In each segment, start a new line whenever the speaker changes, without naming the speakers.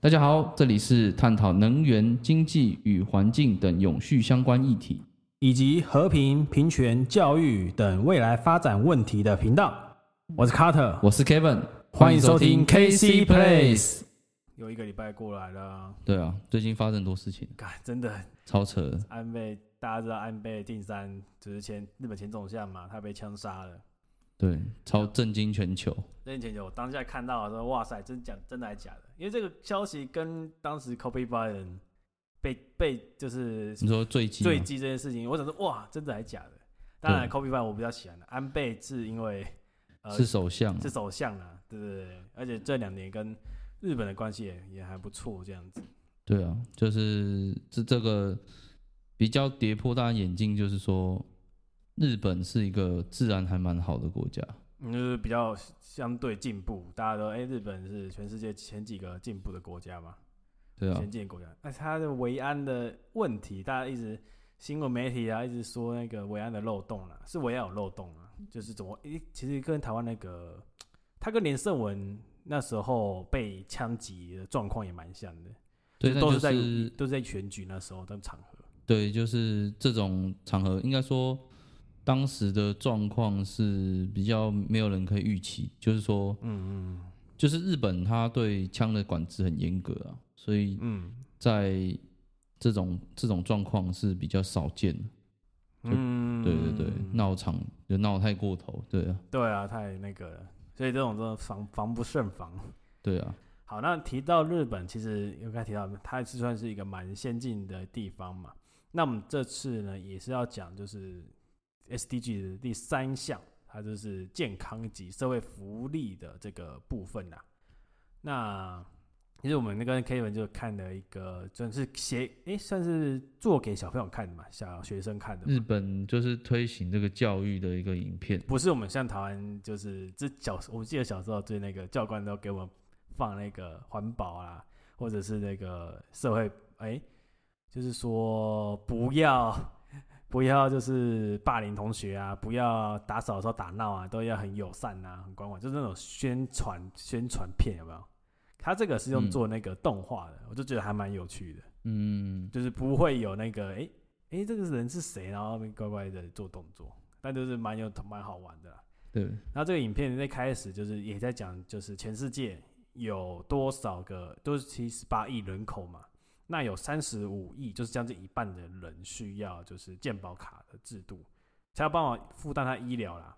大家好，这里是探讨能源、经济与环境等永续相关议题。
以及和平、平权、教育等未来发展问题的频道。我是 Carter，
我是 Kevin，
欢迎收听 KC Place。有一个礼拜过来了，
对啊，最近发生很多事情，
干真的
超扯的。
安倍，大家知道安倍晋三就是前日本前总相嘛，他被枪杀了。
对，超震惊全球。
那前有我当下看到的时候，哇塞，真假真的还假的？因为这个消息跟当时 Kobe Bryant 被被就是
你说啊坠机吗？
坠机这件事情，我想说哇，真的还假的？当然，Kobe Bryant 我比较喜欢的，安倍是因为呃
是首相啊，
是首相啊，对对对，而且这两年跟日本的关系也也还不错，这样子。
对啊，就是这这个比较跌破大家眼镜，就是说日本是一个治安还蛮好的国家。
嗯，就是比较相对进步，大家都哎、日本是全世界前几个进步的国家嘛，
对啊，
先进国家。那它的维安的问题，大家一直新闻媒体啊一直说那个维安的漏洞啦、是维安有漏洞啊，就是怎么？诶，其实跟台湾那个，他跟连胜文那时候被枪击的状况也蛮像的，
对，那
都
就是
在
是
都是在选举那时候的场合。
对，就是这种场合，应该说当时的状况是比较没有人可以预期，就是说，
嗯嗯
就是日本它对枪的管制很严格啊，所以
嗯
在这种这种状况是比较少见的。
嗯，
对对对，闹场就闹太过头，对啊，
对啊，太那个了，所以这种真的防防不胜防。
对啊，
好，那提到日本，其实应该提到它是算是一个蛮先进的地方嘛。那我们这次呢，也是要讲就是 SDG 的第三项，它就是健康及社会福利的这个部分啦。那其实我们那个 Kevin 就看了一个，算是写诶、算是做给小朋友看的嘛，小学生看的嘛
日本就是推行这个教育的一个影片，
不是我们像台湾，就是这小，我记得小时候对那个教官都给我们放那个环保啦，或者是那个社会，哎、就是说不要不要就是霸凌同学啊，不要打扫的时候打闹啊，都要很友善啊，很关怀，就是那种宣传宣传片有没有？他这个是用
嗯
做那个动画的，我就觉得还蛮有趣的。
嗯，
就是不会有那个哎哎、诶这个人是谁，然后那边乖乖的做动作，但就是蛮有蛮好玩的啦。
对，
然后这个影片在开始就是也在讲，就是全世界有多少个都是七十八亿人口嘛，那有三十五亿，就是将近一半的人需要就是健保卡的制度，才要帮我负担他医疗啦。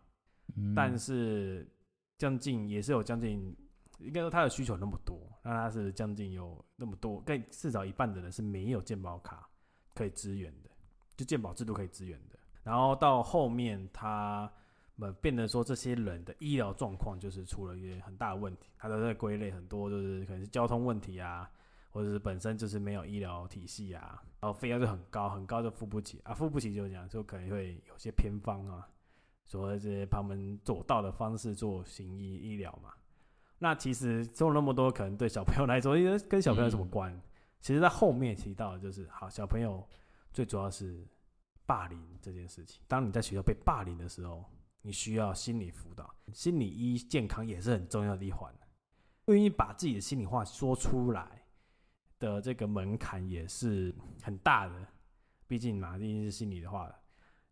嗯
但是将近也是有将近，应该说他的需求那么多，那他是将近有那么多，更至少一半的人是没有健保卡可以支援的，就健保制度可以支援的。然后到后面他们呃变得说，这些人的医疗状况就是出了一些很大的问题，他都在归类很多，就是可能是交通问题啊。或者是本身就是没有医疗体系啊，然后费用就很高，很高就付不起啊，付不起就这样，就可能会有些偏方啊，所谓这些旁门左道的方式做行医医疗嘛。那其实做那么多，可能对小朋友来说，因为跟小朋友有什么
嗯
关？其实，在后面提到的就是，好，小朋友最主要是霸凌这件事情。当你在学校被霸凌的时候，你需要心理辅导，心理医健康也是很重要的一环。愿意把自己的心里话说出来的这个门槛也是很大的，毕竟嘛，毕竟是心里的话。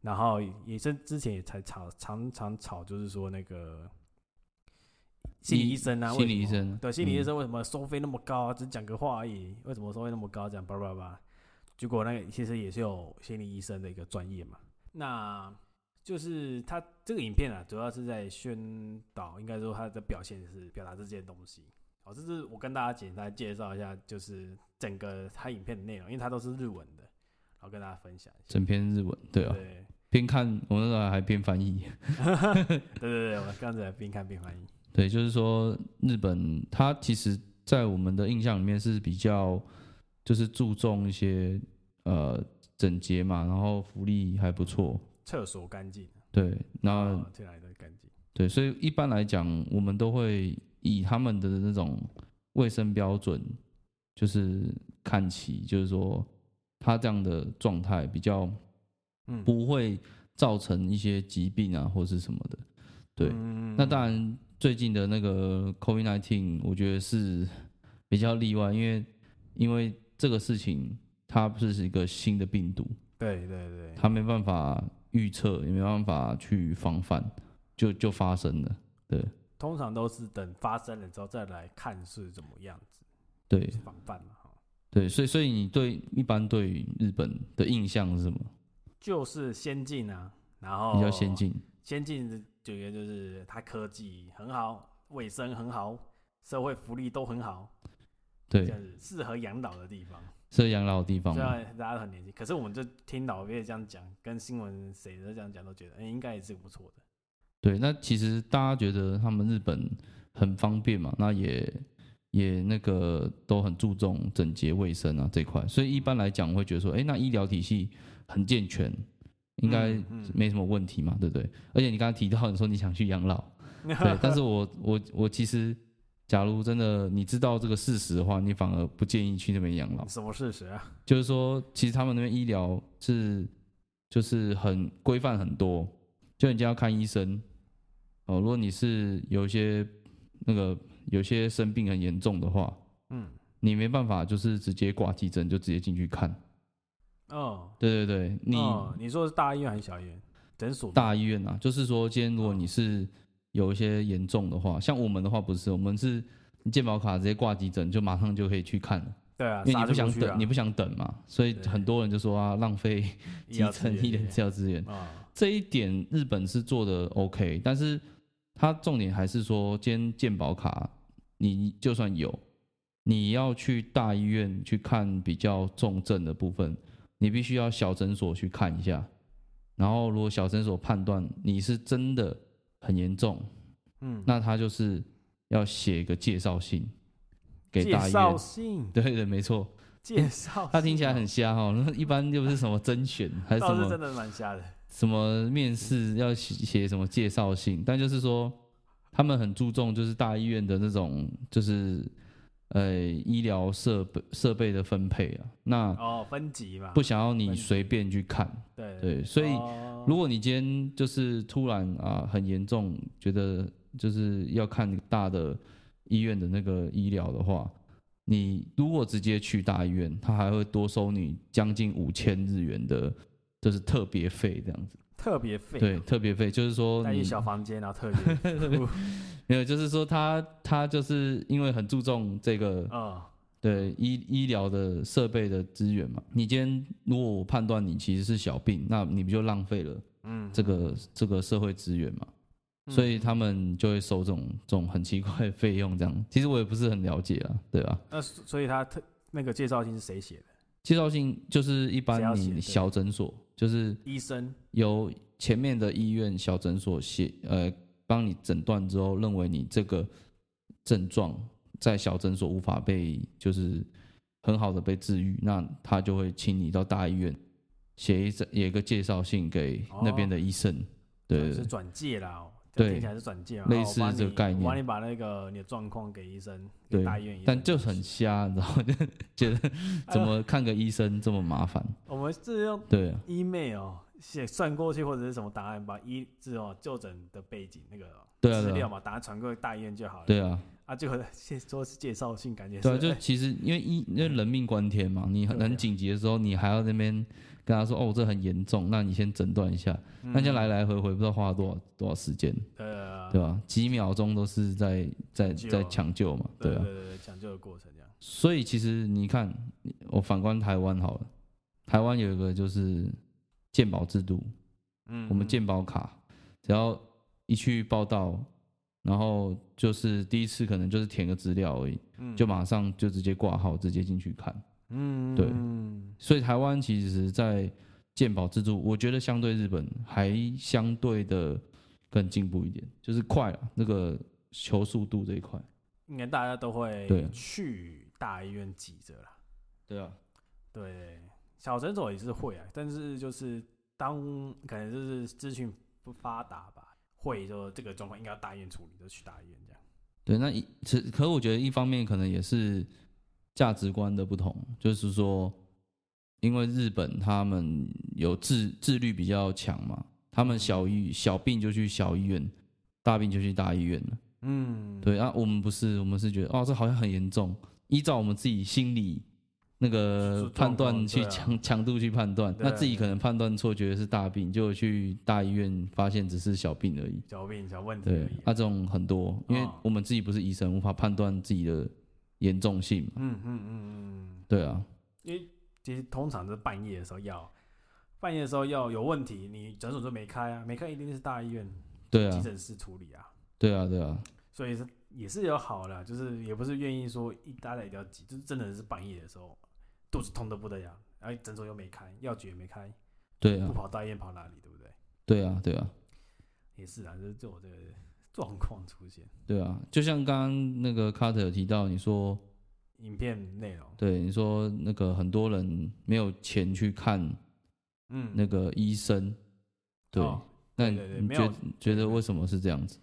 然后也是之前也才吵，常常吵，就是说那个心理医生啊，为
心理
什
医
么
生
对，心理医
嗯
生为什么收费那么高啊？只讲个话而已，为什么收费那么高？这样叭叭叭，结果那个其实也是有心理医生的一个专业嘛。那就是他这个影片啊，主要是在宣导，应该说他的表现是表达这件东西。好，这是我跟大家简单介绍一下，就是整个他影片的内容，因为它都是日文的，然后跟大家分享一下。
整篇日文，对啊，
对
边看我那时候还边翻译，
对对对，我刚才边看边翻译。
对，就是说日本它其实，在我们的印象里面是比较就是注重一些呃整洁嘛，然后福利还不错，
厕所干净，
对，那
啊，进来的干净。
对，所以一般来讲，我们都会以他们的那种卫生标准，就是看齐，就是说他这样的状态比较
嗯，
不会造成一些疾病啊或是什么的，对，
嗯
那当然，最近的那个 COVID-19，我觉得是比较例外，因为因为这个事情它不是一个新的病毒，
对对对，
它没办法预测，也没办法去防范，就就发生了。
通常都是等发生了之后再来看是怎么样子，
对
是防范嘛哈。
对，所以所以你对一般对于日本的印象是什么？
就是先进啊，然后
比较先，进，
先进的主要就是它科技很好，卫生很好，社会福利都很好，这
对，
样子适合养老的地方。
是养老的地方
虽
嘛，
然大家都很年轻，可是我们就听老一辈这样讲，跟新闻谁都这样讲，都觉得哎、应该也是不错的。
对。那其实大家觉得他们日本很方便嘛，那也也那个都很注重整洁卫生啊这块，所以一般来讲会觉得说，哎、那医疗体系很健全，应该
嗯嗯
没什么问题嘛，对不对？而且你刚刚提到你说你想去养老，
嗯
对，但是我我我其实，假如真的你知道这个事实的话，你反而不建议去那边养老。
什么事实啊？
就是说，其实他们那边医疗是就是很规范很多，就你今天要看医生哦，如果你是有一些那个有些生病很严重的话，
嗯，
你没办法就是直接挂急诊就直接进去看。
哦，
对对对，你
哦你说是大医院还是小医院？诊所吗
大医院啊，就是说今天如果你是有一些严重的话，像我们的话不是，我们是健保卡直接挂急诊就马上就可以去看了，
对啊，
因为
杀
你不
就
想
去啊
等，你不想等嘛，所以
对
很多人就说啊浪费
医
急
疗资
诊
源
医疗治疗资源。
啊，
这一点日本是做的 OK，但是它重点还是说，今天健保卡你就算有，你要去大医院去看比较重症的部分，你必须要小诊所去看一下，然后如果小诊所判断你是真的很严重，
嗯，
那他就是要写一个介绍信给大
介
医
绍
院。
信，
对对，没错，
介绍信，
他听起来很瞎哈、 那一般又不是什么甄选还是什
倒
么
是真的蛮瞎的。
什么面试要写写什么介绍信，但就是说他们很注重就是大医院的那种就是呃医疗设备设备的分配啊，那
哦，分级嘛，
不想要你随便去看。
对
对所以
哦
如果你今天就是突然啊很严重，觉得就是要看大的医院的那个医疗的话，你如果直接去大医院，他还会多收你将近五千日元的，就是特别费这样子。
特别费，啊
对，，特别费就是说
在
你
一小房间，然后特别，
没有，就是说他他就是因为很注重这个
嗯，
对医医疗的设备的资源嘛。你今天如果我判断你其实是小病，那你不就浪费了
嗯，
这个这个社会资源嘛？
嗯
所以他们就会收这种这种很奇怪的费用，这样。其实我也不是很了解啊，对吧、
那所所以他特那个介绍信是谁写的？
介绍信就是一
谁要
般
写对
你小诊所，就是
医生，
由前面的医院小诊所写，呃，帮你诊断之后，认为你这个症状在小诊所无法被就是很好的被治愈，那他就会请你到大医院写一则写一个介绍信给那边的医生，对
是
对
转介啦，哦
对
听起来是转介嘛，
类
哦
似
我帮
这个
你
概念
我帮你把那个你的状况给医生，给
对
大医院医生，
但就很瞎，你知道吗？就觉得怎么看个医生这么麻烦？
我们是用
对啊，
email 写算过去或者是什么答案，把医这种就诊的背景那个
对啊
资
对
料
啊，
嘛，答案传过去大医院就好了。
对啊，
啊，结果先说是介绍信，感觉
对啊，
是
就
哎
其实因为一因为人命关天嘛，你很
对啊
很紧急的时候，你还要那边跟他说哦，这很严重，那你先诊断一下，
嗯
那这样来来回回不知道花了多少多少时间，
呃，
对吧、几秒钟都是在在
救
在抢救嘛，对
对
啊。
对对，抢救的过程这样。
所以其实你看，我反观台湾好了，台湾有一个就是健保制度，
嗯
我们健保卡，只要一去报到，然后就是第一次可能就是填个资料而已，就马上就直接挂号，直接进去看。
嗯
对
嗯
所以台湾其实，在健保制度，我觉得相对日本还相对的更进步一点，就是快了那个求速度这一块。
应该大家都会
对
去大医院挤着啦。
对啊，
对，小诊所也是会啊，但是就是当可能就是资讯不发达吧，会就这个状况应该要大医院处理，就去大医院这样。
对，那一其实可我觉得一方面可能也是价值观的不同，就是说，因为日本他们有自自律比较强嘛，他们小医小病就去小医院，大病就去大医院了。
嗯，
对啊，我们不是，我们是觉得哦，这好像很严重，依照我们自己心理那个
是状
判
况
断去
对啊
强强度去判断，
对
那
啊
自己
对啊
可能判断错，觉得是大病，结果去大医院发现只是小病而已。
小病小问题而
对，
已。啊
那、这种很多，因为
哦
我们自己不是医生，无法判断自己的严重性嘛。
嗯嗯嗯嗯，嗯
对啊，
因为其实通常是半夜的时候要，半夜的时候要有问题，你诊所就没开啊，没开一定是大医院
对
急
啊，
诊室处理啊，
对啊，对啊，
所以是也是有好啦，就是也不是愿意说一大家一定要急，就是真的是半夜的时候肚子痛的不得了，然后诊所又没开，药局也没开，
对
不
啊，
跑大医院跑哪里，对不对？
对啊，对啊，
也是啊，就是这种这个状况出现。
对啊。就像刚刚那个卡特有提到，你说，
影片内容，
对，你说那个很多人没有钱去看
嗯，
那个医生，对，
哦
那
对对
你
没
觉
有
觉得为什么是这样子？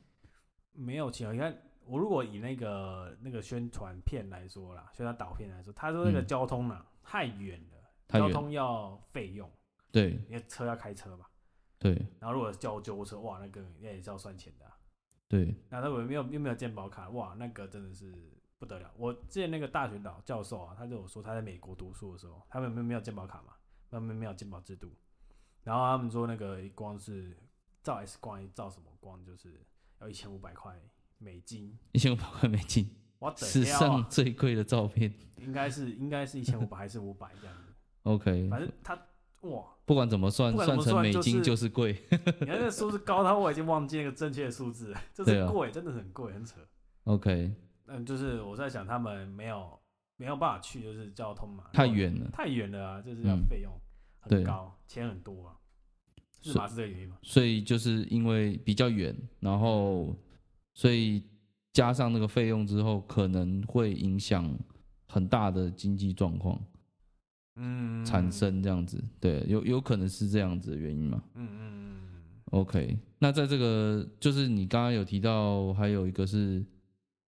没有钱。你看，我如果以那个那个宣传片来说啦，宣传导片来说，他说那个
嗯
交通啊、太远了，
太
交
远，
通要费用，
对
因为车要开车嘛。
对
然后如果叫救护车，哇，那个那也是要算钱的啊、
对
那他有没有又没有健保卡，哇，那个真的是不得了。我之前那个大学老教授啊，他就有说他在美国读书的时候，他们没有没有健保卡嘛，他们没有健保制度，然后他们说那个光是照 X 光照什么光，就是要一千五百块美金，
一千五百块美金，
我的
史
啊
上最贵的照片。
应该是应该是一千五百还是五百这样子，
OK，
反正他哇，
不管怎么算，
不管
算
怎么
成
算
美
就是
金就是贵。
你看那个数字高到我已经忘记那个正确的数字了，就
对
是
啊
贵，真的很贵，很扯。
OK，
嗯，就是我在想，他们没有没有办法去，就是交通嘛，
太
然后
远了，
太远了啊，就是要
嗯
费用
对
很高，钱很多啊，是
是
吗？是这个原因吗？
所以就是因为比较远，然后所以加上那个费用之后，可能会影响很大的经济状况
嗯
产，生这样子。对，有有可能是这样子的原因嘛
嗯嗯
？OK，那在这个就是你刚刚有提到，还有一个是。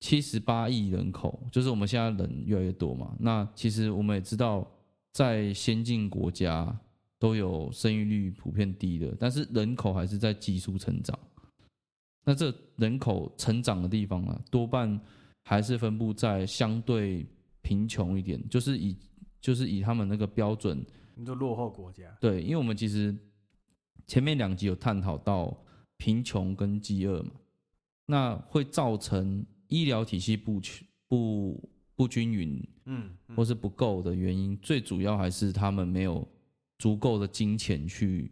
七十八亿人口，就是我们现在人越来越多嘛。那其实我们也知道，在先进国家都有生育率普遍低的，但是人口还是在急速成长。那这人口成长的地方啊，多半还是分布在相对贫穷一点，就是以就是以他们那个标准
嗯，你说落后国家，
对，因为我们其实前面两集有探讨到贫穷跟饥饿嘛，那会造成医疗体系不均不不均匀
嗯，嗯
或是不够的原因，最主要还是他们没有足够的金钱去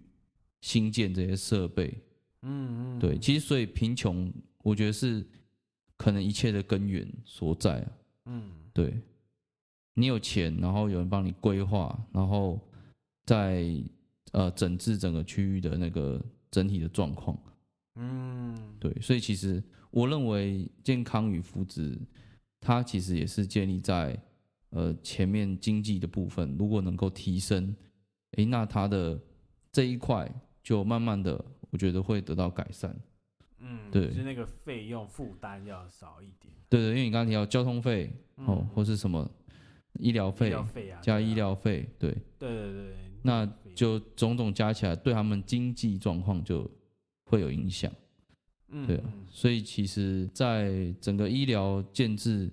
新建这些设备。
嗯嗯，
对，
嗯
其实所以贫穷，我觉得是可能一切的根源所在啊。
嗯
对，你有钱，然后有人帮你规划，然后再呃整治整个区域的那个整体的状况。
嗯，
对，所以其实我认为健康与福祉，它其实也是建立在呃前面经济的部分，如果能够提升，诶，那它的这一块就慢慢的，我觉得会得到改善。
嗯，
对
就是那个费用负担要少一点，
对对，因为你刚刚提到交通费哦
嗯，
或是什么医疗
医
费
疗费啊，
加
对啊
医，疗费，对，
对对对对，
那
医疗费
就种种加起来，对他们经济状况就会有影响。
嗯
对啊
嗯
所以其实，在整个医疗建制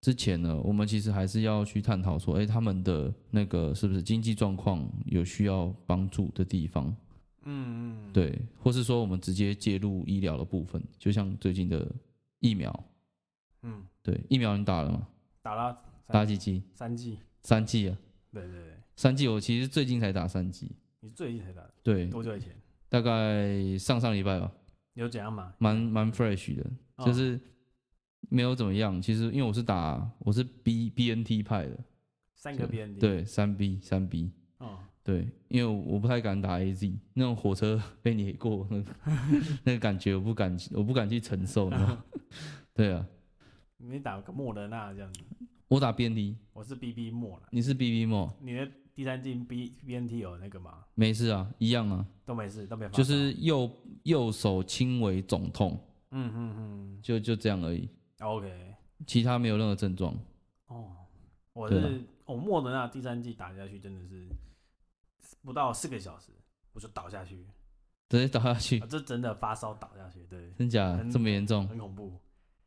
之前呢，我们其实还是要去探讨说，哎，他们的那个是不是经济状况有需要帮助的地方？
嗯嗯，
对，或是说我们直接介入医疗的部分，就像最近的疫苗，
嗯，
对，疫苗你打了吗？
打了
打
三
几剂？
三剂，
三剂啊，
对对对，
三剂。我其实最近才打三剂，
你最近才打的，
对，
多久以前？
大概上上礼拜吧，
有怎样吗？
蛮蛮 fresh 的，
哦
就是没有怎么样。其实因为我是打我是 B B N T 派的，
三个 BND，，
对，三 B 三 B，
哦，
对，因为我不太敢打 A Z，那种火车 被碾过那 个那个感觉，我不敢我不敢去承受，你知道吗？
哦
对啊，
你打个莫德纳这样子，
我打 B N T，
我是 BB 莫了。
你是 B B 吗？
你的第三季 B BNT 有那个吗？
没事啊，一样啊，
都没事，都没发烧。
就是右右手轻微肿痛，
嗯嗯嗯
就就这样而已，
，OK，
其他没有任何症状。
哦，我
对啊
是我、莫德纳第三季打下去真的是不到四个小时我就倒下去，
直接打下去
啊、，这真的发烧倒下去，对，
真假的
很
这么严重？
很恐怖。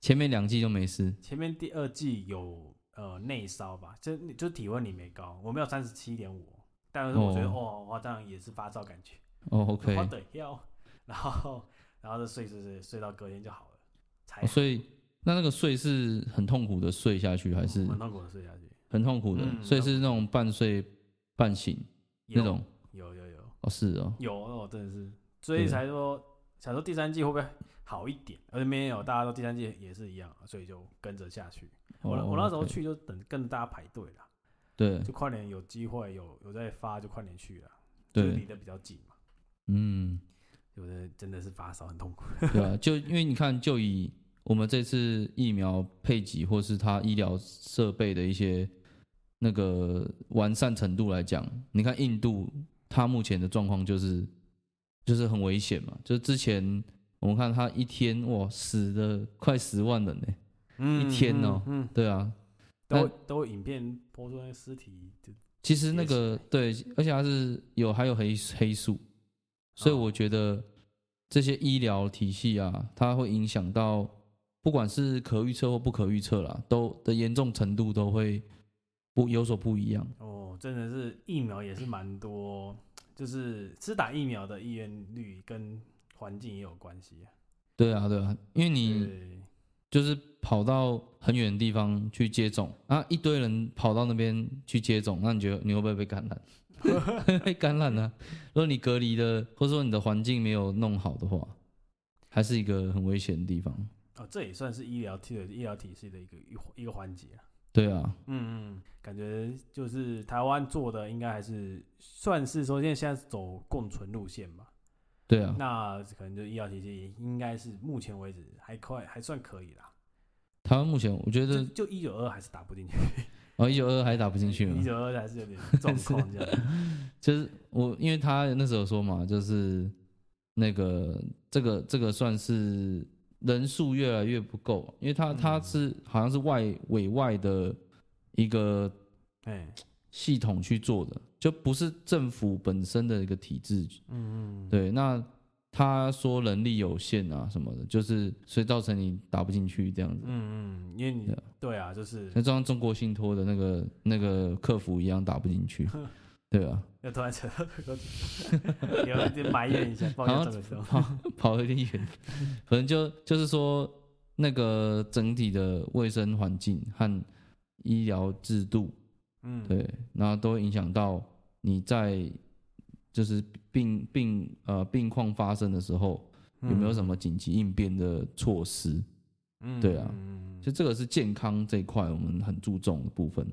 前面两季都没事，
前面第二季有呃内烧吧，就就体温里没高，我没有三十七点五，但是我觉得哦，我、当然也是发烧感觉，
哦，OK，
我的要， 然后然后就睡睡睡睡到隔天就好了，才
哦所以那那个睡是很痛苦的睡下去，还是
哦蛮痛苦的睡下去。
很痛苦的？
嗯
所以是那种半睡半醒
有
那种？
有有有
哦，是哦，
有，哦，真的是，所以
对
才说想说第三季会不会好一点，而且没有，大家都第三季也是一样，所以就跟着下去。我那
哦
我那时候
OK
去就等跟着大家排队啦，
对
就快点有机会有有在发就快点去啦，就是离
对，
得比较近嘛。
嗯，
有的真的是发烧很痛苦，
对啊，就因为你看，就以我们这次疫苗配给或是它医疗设备的一些那个完善程度来讲，你看印度它目前的状况就是就是很危险嘛，就是之前我们看它一天哇死了快十万人呢、
嗯
一天哦
嗯，嗯
对啊，
都
那
都影片播出那个尸体就
其实那
也
个对，而且它是有还有黑黑素，所以
哦
我觉得这些医疗体系啊，它会影响到不管是可预测或不可预测啦，都的严重程度都会不有所不一样。
哦，真的是疫苗也是蛮多，就是吃打疫苗的意愿率跟环境也有关系啊。
对啊，对啊，因为你
对，
就是跑到很远的地方去接种，啊，一堆人跑到那边去接种，那你觉得你会不会被感染？ 被感染呢、啊？如果你隔离的，或者说你的环境没有弄好的话，还是一个很危险的地方。
哦，这也算是医疗体的医疗体系的一个一一个环节啊。
对啊，
嗯嗯，感觉就是台湾做的应该还是算是说现在现在是走共存路线嘛，
对啊，
那可能就医疗体系应该是目前为止还快还算可以啦。
台湾目前我觉
就
得，
就一九二还是打不进去，
哦，一九二还打不进去
一
嘛，
九二还是有点状况这样。
就是我，因为他那时候说嘛，就是那个这个这个算是人数越来越不够，因为他他
嗯
是好像是外委外的一个
哎，
系统去做的，就不是政府本身的一个体制。
嗯嗯，
对，那他说人力有限啊什么的，就是所以造成你打不进去这样子，
嗯嗯，因为你
对啊
对啊，就是
那就像中国信托的那个那个客服一样打不进去，对啊。
要突然扯到这个， 有一点埋怨一下，抱
好
怨
像
这个时候。
跑跑有点远，可能就就是说那个整体的卫生环境和医疗制度，
嗯，
对，然后都会影响到你在就是病病呃病况发生的时候有没
嗯
有什么紧急应变的措施？
嗯？嗯
对啊
嗯嗯嗯
就这个是健康这一块我们很注重的部分。